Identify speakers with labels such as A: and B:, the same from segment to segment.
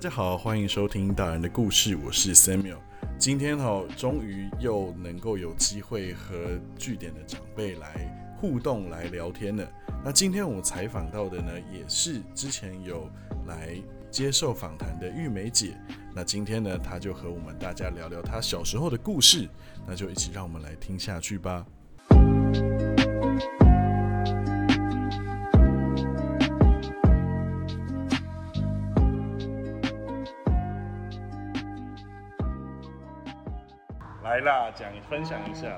A: 家好，欢迎收听《大人的故事》，我是 Samuel。今天哦，终于又能够有机会和据点的长辈来互动、来聊天了。那今天我采访到的呢，也是之前有来接受访谈的玉梅姐。那今天呢，她就和我们大家聊聊她小时候的故事。那就一起让我们来听下去吧。来啦，讲分享一下。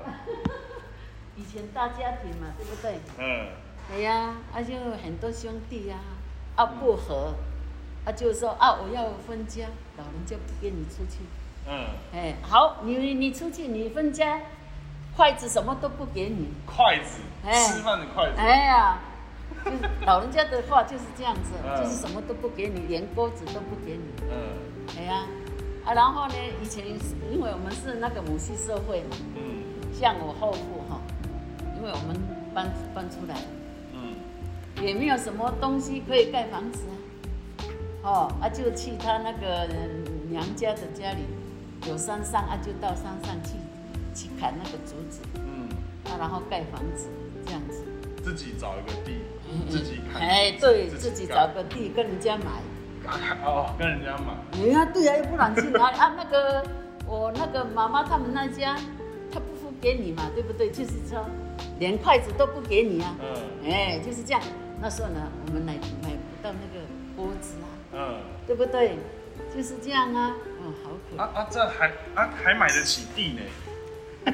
B: 以前大家庭嘛，对不对？
A: 嗯
B: 哎呀，啊就很多兄弟呀、啊，不和，啊就说啊我要分家，老人家不跟你出去，
A: 嗯，
B: 哎，好，你你出去你分家，筷子什么都不给你，
A: 筷子，
B: 哎
A: 吃饭的筷子。
B: 哎呀，就是老人家的话就是这样子，
A: 嗯
B: 就是什么都不给你，连锅子都不给你，
A: 嗯
B: 哎呀，啊然后呢，以前是因为我们是那个母系社会嘛，
A: 嗯
B: 像我后父哈，因为我们搬搬出来。
A: 嗯
B: 也没有什么东西可以盖房子啊，哦，啊就去他那个嗯娘家的家里，有山上啊就到山上去去砍那个竹子
A: 嗯，
B: 啊，然后盖房子这样子。
A: 自己找一个地
B: 嗯，嗯
A: 自己看，
B: 哎，对
A: 自
B: 自己
A: 己
B: 找
A: 干
B: 个地跟人家买。
A: 哦，跟人家买，
B: 哎呀，对呀、啊，要不然去哪里啊？那个我那个妈妈他们那家，他不付给你嘛，对不对？就是说连筷子都不给你啊。
A: 嗯
B: 哎，就是这样。那时候呢，我们买买不到那个锅子啊。
A: 嗯，
B: 对不对？就是这样啊，嗯，好可
A: 啊
B: 爱。
A: 啊，这还啊还买得起地呢，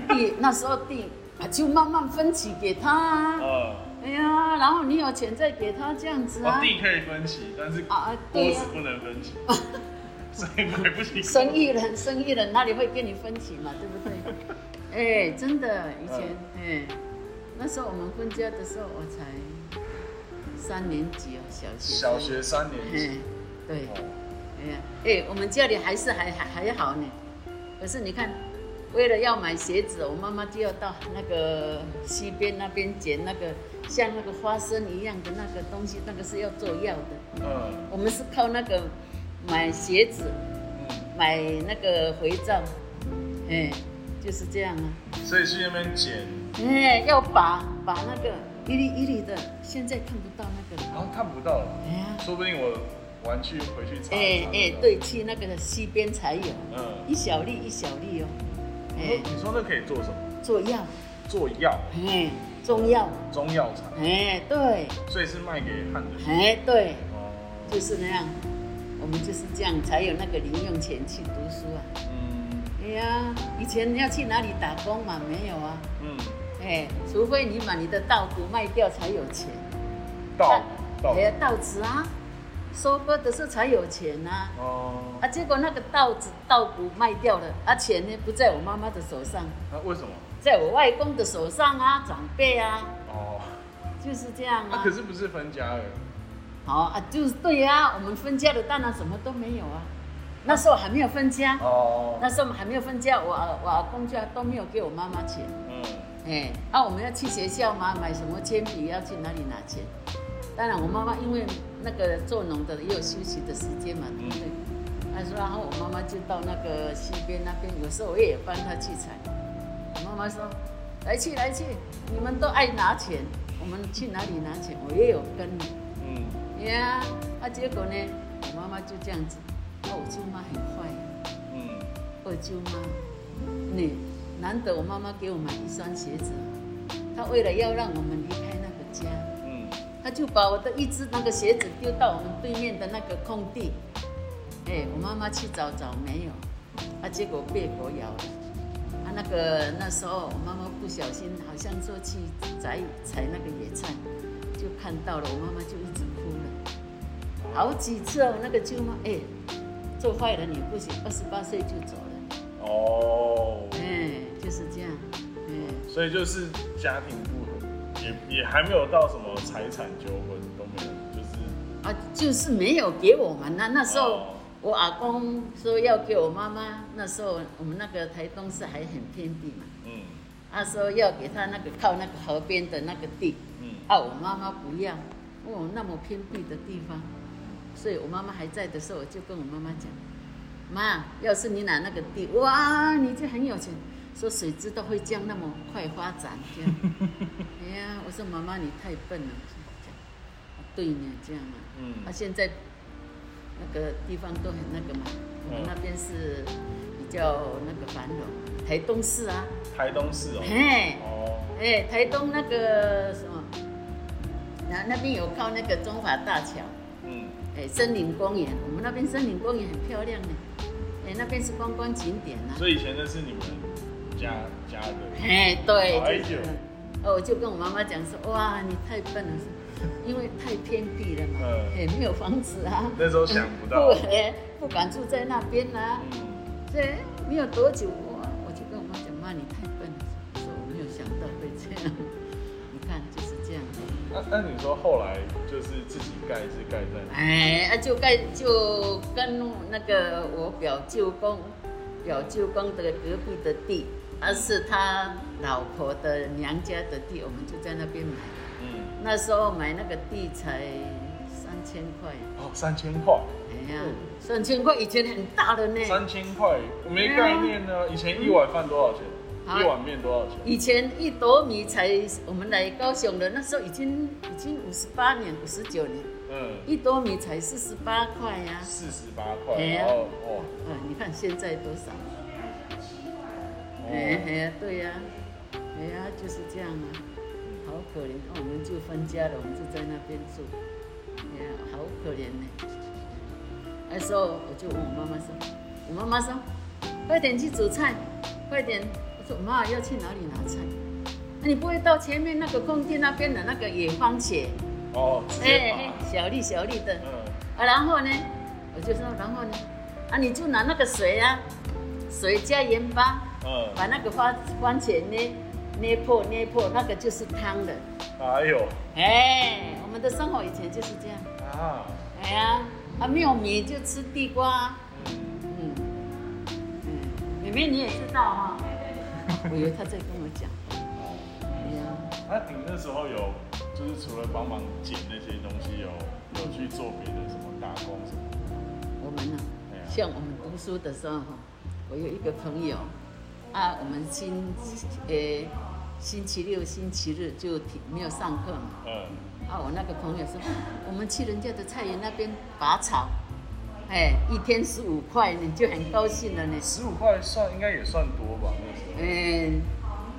B: 地啊那时候地啊，就慢慢分起给他啊。
A: 呃，
B: 哎呀，然后你有钱再给他这样子
A: 哦
B: 啊，
A: 地可以分期，但是
B: 啊啊
A: 锅
B: 对
A: 子
B: 啊
A: 不能分 期，所以买不起。
B: 生意人生意人哪里会跟你分起嘛，对不 对？哎，真的，以前
A: 嗯
B: 哎，那时候我们分家的时候，我才三年级哦，小学生
A: 小学三年
B: 哎
A: 级，，
B: 对。
A: 哦
B: 哎呀，哎，我们家里还是还还还好呢。可是你看，为了要买鞋子，我妈妈就要到那个西边那边捡那个像那个花生一样的那个东西，那个是要做药的。
A: 嗯
B: 我们是靠那个买鞋子、
A: 嗯，
B: 买那个肥皂，哎，就是这样啊。
A: 所以去那边捡，
B: 哎，要把把那个一粒一粒的，现在看不到那个了。
A: 然后哦看不到了，
B: 哎呀，
A: 说不定我玩具回去查，
B: 哎
A: 查得
B: 哎
A: 到，
B: 对，去那个西边才有，
A: 嗯，
B: 一小粒一小粒哦。哎
A: 你，说你说那可以做什么？
B: 做药，
A: 做药，
B: 哎，中药，
A: 中药材，
B: 哎，对，
A: 所以是卖给汉人。
B: 哎，对，
A: 哦，
B: 就是那样。我们就是这样才有那个零用钱去读书啊。
A: 嗯
B: 哎呀，以前要去哪里打工嘛，没有啊。
A: 嗯，
B: 哎，除非你把你的稻谷卖掉才有钱。
A: 稻稻
B: 哎呀，稻子啊，收割的时候才有钱呐、啊。
A: 哦，
B: 啊，结果那个稻子稻谷卖掉了，啊，钱呢不在我妈妈的手上，
A: 那啊为什么？
B: 在我外公的手上啊，长辈啊，
A: 哦，
B: 就是这样
A: 那
B: 啊
A: 可。是不是分家了？
B: 好啊，就是对呀、我们分家的当然什么都没有啊，那时候还没有分家，
A: 哦，
B: 那时候还没有分家，我啊我阿公家都没有给我妈妈钱，
A: 嗯
B: 哎，啊我们要去学校嘛，买什么铅笔要去哪里拿钱？当然我妈妈因为那个做农的也有休息的时间嘛，
A: 嗯
B: 对不对？她说，然后我妈妈就到那个西边那边，有时候我也帮她去采。我妈妈说，来去来去，你们都爱拿钱，我们去哪里拿钱？我也有跟你。
A: 嗯，
B: 呀、啊，结果呢，我妈妈就这样子，哦，我舅妈很坏，
A: 嗯，
B: 二舅妈，你难得我妈妈给我买一双鞋子，她为了要让我们离开那个家，
A: 嗯，
B: 她就把我的一只那个鞋子丢到我们对面的那个空地，哎，我妈妈去找找没有，啊，结果被狗咬了。啊，那个那时候我妈妈不小心，好像说去摘采那个野菜，就看到了，我妈妈就一直哭了。好几次哦，那个舅妈，哎、做坏人也不行，二十八岁就走了，
A: 哦，
B: 哎、就是这样，哎、
A: 所以就是家庭不和，也也还没有到什么财产纠纷都没有，就是
B: 啊，就是没有给我们啊那那时候、
A: 哦
B: 我阿公说要给我妈妈，那时候我们那个台东市还很偏僻嘛，
A: 嗯
B: 他说要给他那个靠那个河边的那个地，
A: 嗯
B: 啊，我妈妈不要，哦，那么偏僻的地方，所以我妈妈还在的时候，我就跟我妈妈讲：“妈，要是你拿那个地，哇，你就很有钱。”说谁知道会这样那么快发展这样？哎呀，我说妈妈你太笨了，这样对呢这样啊。
A: 嗯
B: 啊，现在那个地方都很那个嘛，我们
A: 嗯
B: 那边是比较那个繁荣，台东市啊，
A: 台东市哦，
B: 嘿。
A: 哦，
B: 哎，台东那个什么，那那边有靠那个中华大桥，
A: 嗯，
B: 哎，森林公园，我们那边森林公园很漂亮呢，哎，那边是观光景点啊。
A: 所以以前那是你们家家的，
B: 哎，对，
A: 哎
B: 就是
A: 呦
B: 哦，我就跟我妈妈讲说，哇，你太笨了，因为太偏僻了嘛，
A: 嗯
B: 哎，没有房子啊，
A: 那时候想不到
B: 不，哎，不敢住在那边啊，
A: 嗯，
B: 所以没有多久，我我就跟我妈讲，妈，你太笨了，我说我没有想到会这样，你看就是这样。
A: 那那你说后来就是自己盖是盖在哪？
B: 哎，啊，就盖就跟那个我表舅公，表舅公的隔壁的地，而是他老婆的娘家的地，我们就在那边买。
A: 嗯，
B: 那时候买那个地才三千块，
A: 哦，三千块，
B: 哎呀，三千块以前很大的呢。
A: 三千块没概念呢。以前一碗饭多少
B: 啊
A: 钱？一碗面多少钱？
B: 以前一斗米才，我们来高雄的那时候已经已经五十八年、五十九年，
A: 嗯，
B: 一斗米才四十八块呀、
A: 四十八块，
B: 哎呀
A: 然后哦哇，
B: 啊，你看现在多少？
A: 哦，
B: 哎哎呀，对呀、哎呀，就是这样啊，好可怜。哦，我们就分家了，我们就在那边住，哎呀，好可怜呢。那时候我就问我妈妈说，我妈妈说，快点去煮菜，快点。我说妈要去哪里拿菜？那、你不会到前面那个空地那边的那个野番茄？
A: 哦，直接
B: 哎，
A: 拔，
B: 小粒小粒的。
A: 嗯，
B: 啊，然后呢，我就说，然后呢，啊，你就拿那个水啊，水加盐巴，
A: 嗯
B: 把那个番番茄捏捏破捏破，那个就是汤了。
A: 哎呦
B: 哎，我们的生活以前就是这样。
A: 啊，
B: 哎呀，啊，没有米就吃地瓜、啊，
A: 嗯，
B: 嗯嗯，妹妹你也知道哈、我以为他在跟我讲。哎呀，
A: 那啊你那时候有，就是除了帮忙捡那些东西，有有去做别的什么打工什么？
B: 我们呢、
A: 哎呀
B: 像我们读书的时候哈，我有一个朋友，啊，我们星呃星期六、星期日就停没有上课嘛，
A: 嗯，
B: 啊，我那个朋友说，我们去人家的菜园那边拔草，哎，一天十五块呢，就很高兴了呢，
A: 十五块算应该也算多吧，那时候。
B: 嗯，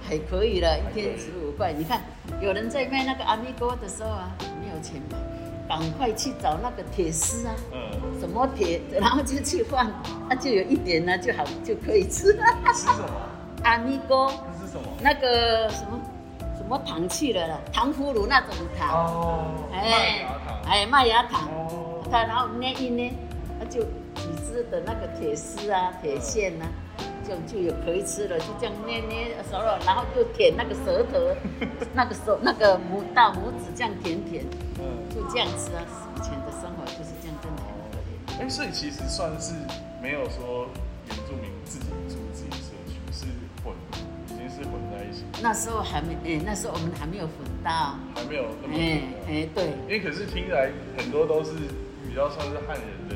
B: 还可以了，一
A: 还可
B: 天
A: 以
B: 十五块，你看有人在卖那个阿米锅的时候啊，没有钱买，赶快去找那个铁丝啊。
A: 嗯，
B: 什么铁，然后就去放，那、就有一点呢、就好就可以吃 了。
A: 是什么？
B: 阿米哥，
A: 那是什么？
B: 那个什么什么糖去了啦，糖葫芦那种糖，
A: 哦，麦芽糖。
B: 哎麦芽糖，
A: 哦，
B: 它然后捏一捏，那就几只的那个铁丝啊、铁线呐、这样就有可以吃了，就这样捏捏熟了，然后就舔那个舌头，那个手那个拇大拇指这样舔舔，
A: 嗯，
B: 就这样吃啊。以前的生活就是这样，真的很可怜。
A: 哎，所以其实算是没有说原住民自己住自己社区，是混，已经是混在一起，
B: 那时候还没，哎、那时候我们还没有混到，
A: 还没有那么
B: 哎
A: 混
B: 哎、
A: 的。
B: 对，
A: 因为可是听起来很多都是比较算是汉人的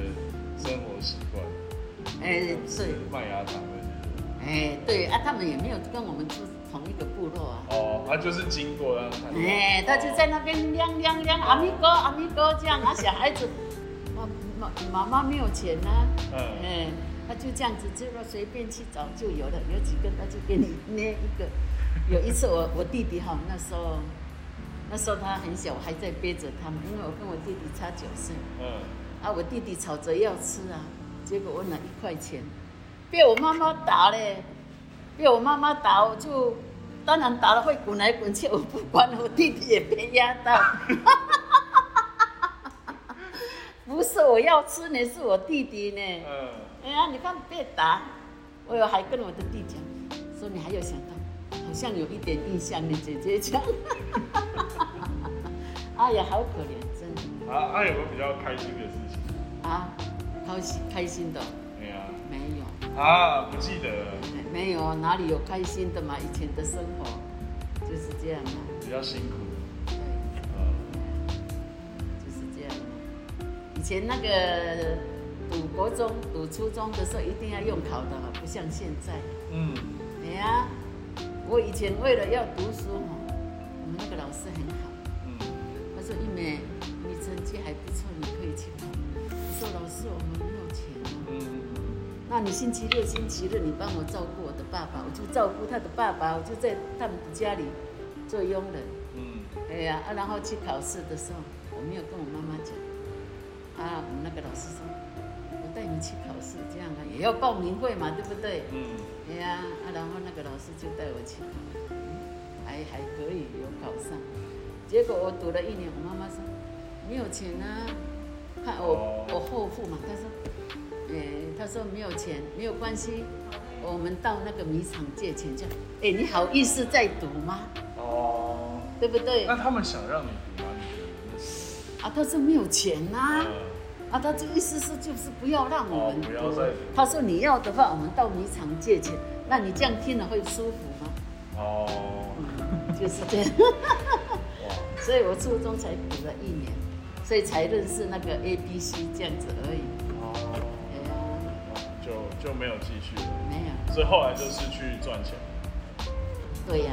A: 生活习惯，
B: 哎、
A: 是
B: 对，
A: 麦芽糖那些。
B: 哎、对啊，他们也没有跟我们住同一个部落啊，
A: 哦，他就是经过让他看到。
B: 哎、他就在那边亮亮亮，阿弥哥阿弥哥这样啊，小孩子，妈妈妈妈没有钱呐、啊，
A: 嗯
B: 哎、他就这样子，就说随便去找就有了，有几个他就给你捏一个。有一次我我弟弟哈，那时候那时候他很小，我还在背着他们，因为我跟我弟弟差九岁。
A: 嗯，
B: 啊，我弟弟吵着要吃啊，结果我拿一块钱，被我妈妈打嘞，被我妈妈打，我就当然打了会滚来滚去，我不管，我弟弟也被压到。不是我要吃呢，是我弟弟呢。
A: 嗯，
B: 哎呀，你看被打，我有还跟我的弟讲，说你还有想到，好像有一点印象呢，姐姐讲。 哎呀，好可怜，真的。
A: 啊，他有没有比较开心的事情？
B: 啊，开心开心的
A: 没有啊
B: 没有，
A: 啊，不记得了，
B: 没有啊哪里有开心的嘛？以前的生活就是这样嘛，
A: 比较辛苦。
B: 对，
A: 嗯
B: 啊就是这样嘛。以前那个读国中、读初中的时候一定要用考的嘛，不像现在。
A: 嗯，
B: 哎呀，我以前为了要读书哦，我们那个老师很好，
A: 嗯，
B: 他说玉梅，你成绩还不错，你可以去考。我说老师，我们没有钱哦。
A: 嗯，
B: 那你星期六、星期日你帮我照顾我的爸爸，我就照顾他的爸爸，我就在他们家里做佣人。
A: 嗯，
B: 哎呀、啊，然后去考试的时候，我没有跟我妈妈讲。啊，我们那个老师说，我带你去考试，这样啊，也要报名会嘛，对不对？
A: 嗯，
B: 哎呀、啊，然后那个老师就带我去考，嗯还还可以有考上。结果我读了一年，我妈妈说没有钱啊，看
A: 哦
B: 我我后父嘛，她说，哎、她说没有钱，没有关系，我们到那个米厂借钱就，哎、你好意思再读吗？
A: 哦，
B: 对不对？
A: 那他们想让你读吗？你觉得那是
B: 啊，他说没有钱呐、啊，
A: 呃
B: 他这意思是就是不要让我们
A: 哦不要再
B: 他说你要的话，我们到米厂借钱，那你这样听了会舒服吗？
A: 哦，
B: 就是这样，
A: 哇，
B: 所以我初中才读了一年，所以才认识那个 A B C 这样子而已。
A: 哦，
B: 哎呀，
A: 就就没有继续了，
B: 哎没有，
A: 所以后来就是去赚钱。
B: 对呀、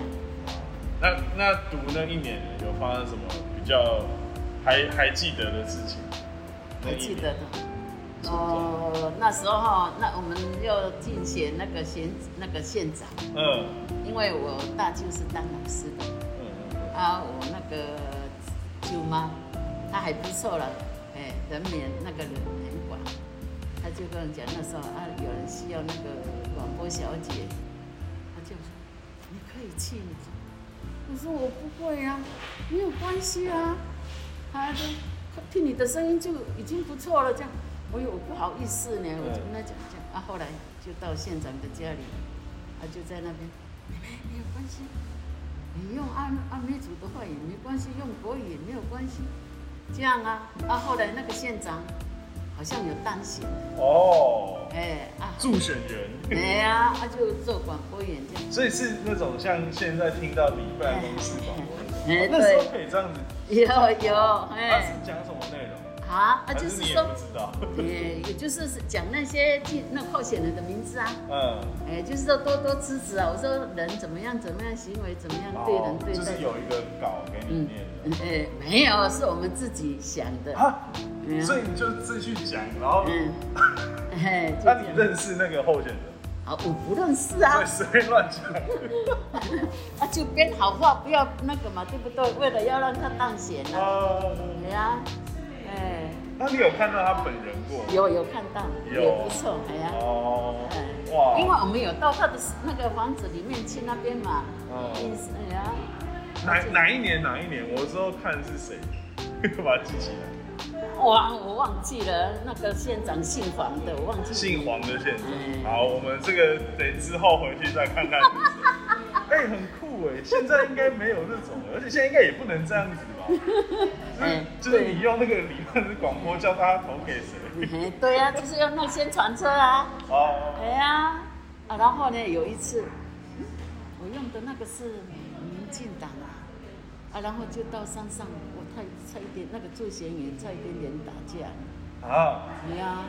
A: 那那读那一年有发生什么比较还还记得的事情？那
B: 还
A: 一年
B: 记得的。哦，那时候哈那我们要竞选那个县那个县长，
A: 嗯
B: 因为我大舅是当老师的。
A: 嗯
B: 啊，我那个舅妈，她还不错了，哎，人民那个人很广，她就跟我讲那时候啊，有人需要那个广播小姐，她就说你可以去吗？我说我不会啊，没有关系啊，她就听你的声音就已经不错了，这样，我有我不好意思呢，我就跟她讲讲啊，后来就到县长的家里，她就在那边，妹妹没有关系。你用阿阿美族的话也没关系，用国语也没有关系，这样啊。啊，后来那个县长好像有当选，
A: 嗯，哦，
B: 哎啊，
A: 助选员，
B: 哎呀，他、就做广播员这样。
A: 所以是那种像现在听到礼拜公司广播那种，
B: 哎
A: 那时候可以这样子，
B: 有有，
A: 他是
B: 哎，
A: 讲什么内容？
B: 啊啊，
A: 还
B: 就是是
A: 你也啊
B: 说
A: 不，知道，
B: 哎，也就是讲那些竞那候选人的名字啊，
A: 嗯，
B: 哎，就是说多多支持啊。我说人怎么样怎么样，行为怎么样，对人对
A: 就
B: 待
A: 哦是。有一个稿给你
B: 嗯
A: 念，的
B: 嗯哎，没有，是我们自己想的。
A: 啊，
B: 嗯
A: 所以你就自己去讲，然后
B: 嗯，哎，就
A: 那
B: 这
A: 你
B: 样。
A: 认识那个候选人，
B: 啊，我不认识啊，
A: 所以 随便乱讲，
B: 啊，就编好话，不要那个嘛，对不对？为了要让他当选啊，
A: 啊。
B: 对呀、哎，
A: 那你有看到他本人过？
B: 有有看到，
A: 有
B: 也不错，哎呀、
A: 哦
B: 哎，
A: 哇，
B: 因为我们有到他的那个房子里面去那边嘛，意
A: 嗯，
B: 思哎呀，
A: 哪哪一年哪一年？我之后看是谁， 把它记起来。
B: 哇，我忘记了那个县长姓黄的，我忘记
A: 姓黄的县
B: 嗯
A: 长。好，我们这个等之后回去再 看看是谁。哎，很酷哎，现在应该没有那种了，而且现在应该也不能这样子 吧？
B: 哎，
A: 就是你用那个理论的广播叫大家投给谁？
B: 对，哎对呀、就是要弄宣传车啊，哎
A: 哦，
B: 呀、啊，然后呢，有一次，嗯我用的那个是民进党啊，啊，然后就到山上，我差差一点那个助选员差一点点打架，
A: 啊，
B: 哎呀、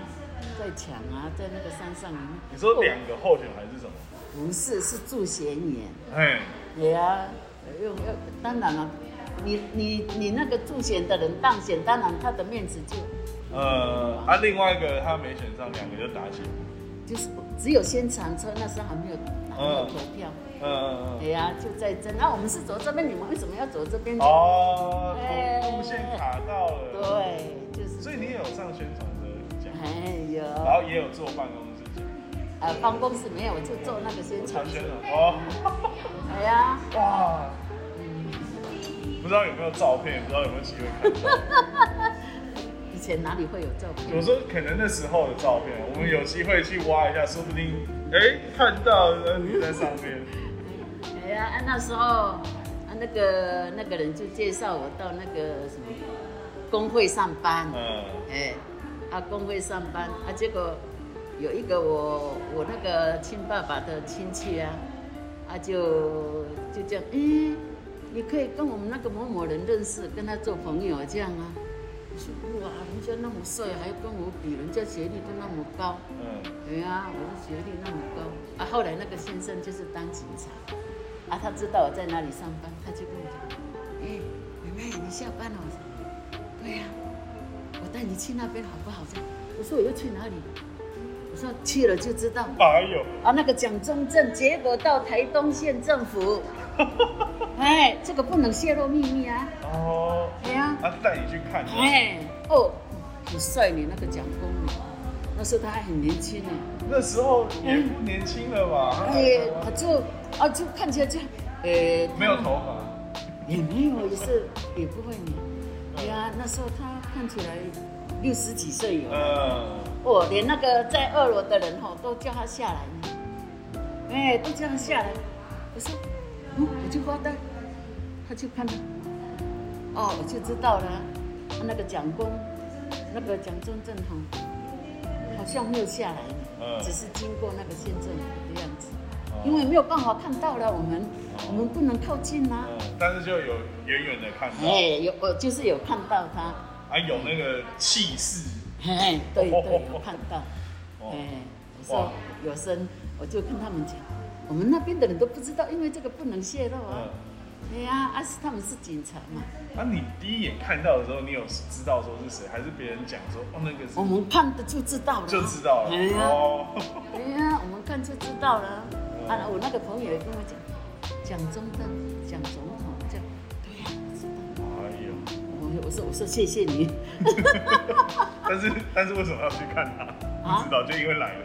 B: 在抢啊，在那个山上里面。
A: 你说两个候选还是什么？
B: 不是，是助选员，
A: 哎，
B: 哎呀、用用，当然了、啊你你你那个助选的人当选，当然他的面子就
A: 呃，啊，另外一个他没选上，两个就打起来。
B: 就是只有宣传车，那时候还没有还没有投票。
A: 嗯嗯
B: 哎
A: 嗯。
B: 呀，就在这。那我们是走这边，你们为什么要走这边？
A: 哦，同路线卡到了。
B: 哎对，就是。
A: 所以你也有上宣传车讲，
B: 哎呦，
A: 然后也有坐办公室讲，
B: 呃，办公室没有，我就做那个宣传
A: 传。宣 传哦，
B: 哎呀，
A: 哇，
B: 嗯，
A: 不知道有没有照片，不知道有没有机会看到。
B: 以前哪里会有照
A: 我
B: 片？
A: 说可能那时候的照片，我们有机会去挖一下，说不定哎看到呃你在上面。
B: 哎呀，啊那时候啊，那个那个人就介绍我到那个什么工会上班。
A: 嗯
B: 哎，啊，工会上班啊，结果有一个我我那个亲爸爸的亲戚啊，啊就就这样，哎、你可以跟我们那个某某人认识，跟他做朋友这样啊，说哇，人家那么帅，还跟我比，人家学历都那么高，
A: 嗯，
B: 对啊，我的学历那么高啊。后来那个先生就是当警察，啊，他知道我在哪里上班，他就跟我讲，哎、妹妹，你下班了？我说对呀、啊我带你去那边好不好？这样，我说我要去哪里？我说去了就知道。
A: 哎呦，
B: 啊，那个蒋中正，结果到台东县政 府，哎，这个不能泄露秘密啊，
A: 哦，
B: 哎呀、
A: 他带你去看，
B: 哎，哦，很帅你那个蒋公呢，那时候他还很年轻呢，
A: 那时候也不年轻了吧？
B: 哎，他就啊就看起来就，呃，
A: 没有头发，
B: 也没有，也是也不会呢，哎呀，那时候他看起来六十几岁有，
A: 嗯，
B: 哦，连那个在二楼的人哦都叫他下来呢，哎，都叫他下来。我说，嗯，我就发呆，他就看到，哦，我就知道了，他那个蒋公，那个蒋中正哈，好像没有下来呢
A: 嗯，
B: 只是经过那个县政府的样子，
A: 哦
B: 因为没有办法看到了，我们我们不能靠近啊。
A: 嗯，但是就有远远的看到，
B: 哎，有我就是有看到他，
A: 啊，有那个气势，
B: 哎，对对，有看到。哎，我
A: 哦哇
B: 说有声，我就跟他们讲，我们那边的人都不知道，因为这个不能泄露啊
A: 嗯。，
B: 哎呀，啊是他们是警察嘛，
A: 那啊你第一眼看到的时候，你有知道说是谁，还是别人讲说哦那个
B: 我
A: 是，
B: 们看的就知道了。
A: 就知道了
B: 哎呀，
A: 哦，
B: 哎呀，我们看就知道了。
A: 嗯
B: 啊，我那个朋友也跟我讲，蒋中正，蒋总统，这样，对呀，我知道。
A: 哎呦，
B: 我我说我说谢谢你，
A: 但是但是为什么要去看他？
B: 啊
A: 不知道，就因为来了，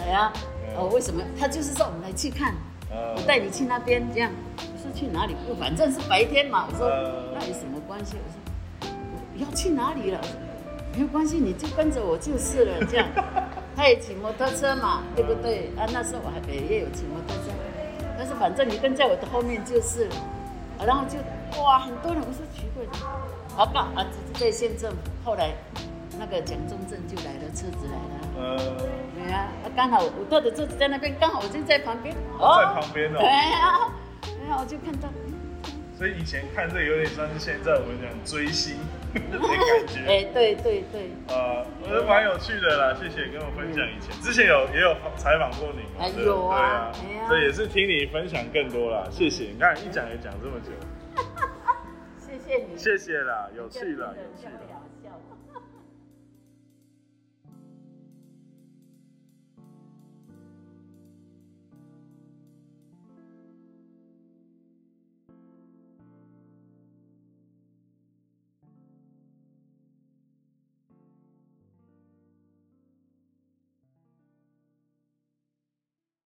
B: 哎呀
A: 嗯，
B: 哦为什么？他就是说我们来去看。
A: 呃
B: 我带你去那边，这样。我说去哪里？我反正是白天嘛。我说
A: 呃
B: 那有什么关系？我说我要去哪里了？我说没有关系，你就跟着我就是了，这样。他也骑摩托车嘛，对不对？啊，那时候我还也有骑摩托车，但是反正你跟在我的后面就是了。啊然后就哇，很多人，我说奇怪，好吧，啊，在县政府，后来那个蒋中正就来了，车子来了。
A: 呃，
B: 对呀、啊，刚好我坐的车子在那边，刚好我就在旁边。
A: 在旁边哦嗯
B: 对呀、啊，哎呀，我就看到，
A: 所以以前看这有点像是现在我们讲追星 的 感觉。
B: 哎，对对对，
A: 呃，我觉得蛮有趣的啦，谢谢跟我分享以前，之前有也有采访过你嘛，
B: 哎
A: 对
B: 有啊
A: 对
B: 哎呀
A: 所以也是听你分享更多啦，谢谢，你看一讲也讲这么久，
B: 谢谢你，
A: 谢谢啦，有趣啦，有趣啦。